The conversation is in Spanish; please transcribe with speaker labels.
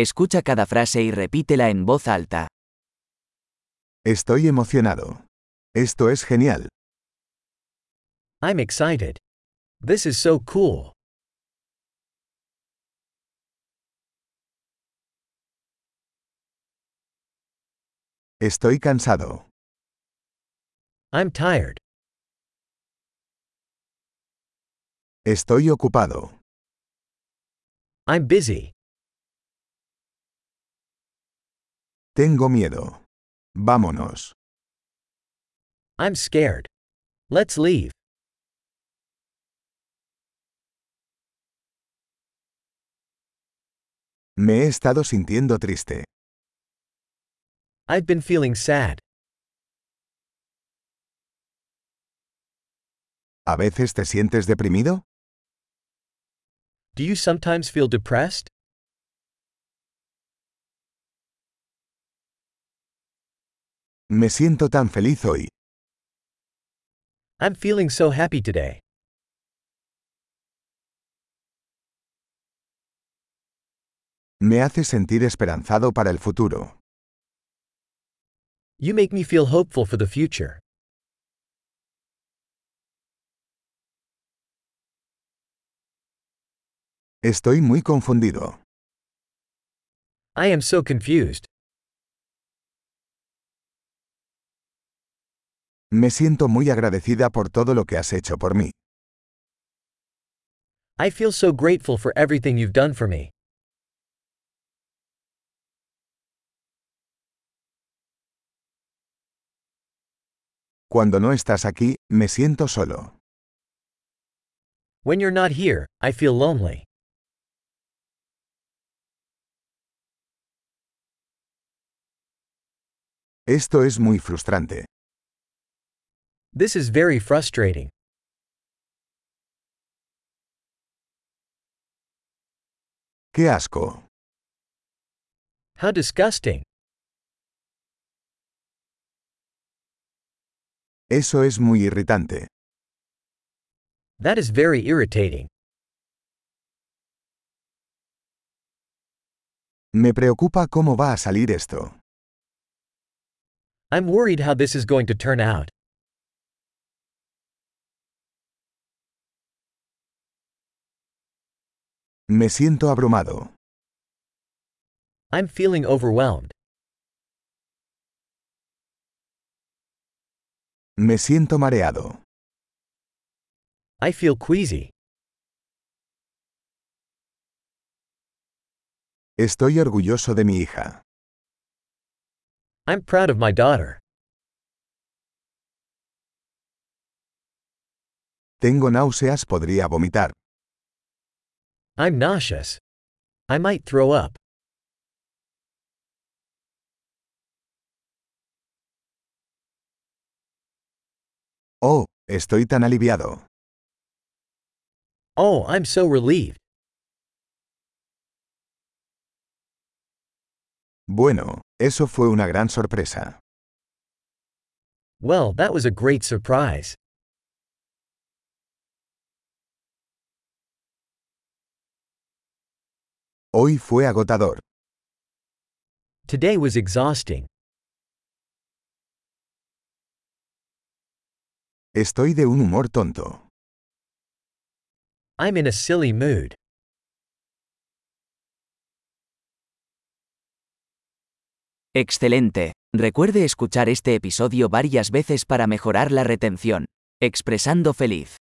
Speaker 1: Escucha cada frase y repítela en voz alta.
Speaker 2: Estoy emocionado. Esto es genial.
Speaker 3: I'm excited. This is so cool.
Speaker 2: Estoy cansado.
Speaker 3: I'm tired.
Speaker 2: Estoy ocupado.
Speaker 3: I'm busy.
Speaker 2: Tengo miedo. Vámonos.
Speaker 3: I'm scared. Let's leave.
Speaker 2: Me he estado sintiendo triste.
Speaker 3: I've been feeling sad.
Speaker 2: ¿A veces te sientes deprimido?
Speaker 3: Do you sometimes feel depressed?
Speaker 2: Me siento tan feliz hoy.
Speaker 3: I'm feeling so happy today.
Speaker 2: Me hace sentir esperanzado para el futuro.
Speaker 3: You make me feel hopeful for the future.
Speaker 2: Estoy muy confundido.
Speaker 3: I am so confused.
Speaker 2: Me siento muy agradecida por todo lo que has hecho por mí.
Speaker 3: I feel so grateful for everything you've done for me.
Speaker 2: Cuando no estás aquí, me siento solo.
Speaker 3: When you're not here, I feel lonely.
Speaker 2: Esto es muy frustrante.
Speaker 3: This is very frustrating.
Speaker 2: ¡Qué asco!
Speaker 3: How disgusting.
Speaker 2: Eso es muy irritante.
Speaker 3: That is very irritating.
Speaker 2: Me preocupa cómo va a salir esto.
Speaker 3: I'm worried how this is going to turn out.
Speaker 2: Me siento abrumado.
Speaker 3: I'm feeling overwhelmed.
Speaker 2: Me siento mareado.
Speaker 3: I feel queasy.
Speaker 2: Estoy orgulloso de mi hija.
Speaker 3: I'm proud of my daughter.
Speaker 2: Tengo náuseas, podría vomitar.
Speaker 3: I'm nauseous. I might throw up.
Speaker 2: Oh, estoy tan aliviado.
Speaker 3: Oh, I'm so relieved.
Speaker 2: Bueno, eso fue una gran sorpresa.
Speaker 3: Well, that was a great surprise.
Speaker 2: Hoy fue agotador.
Speaker 3: Today was exhausting.
Speaker 2: Estoy de un humor tonto.
Speaker 3: I'm in a silly mood.
Speaker 1: Excelente. Recuerde escuchar este episodio varias veces para mejorar la retención. Expresando feliz.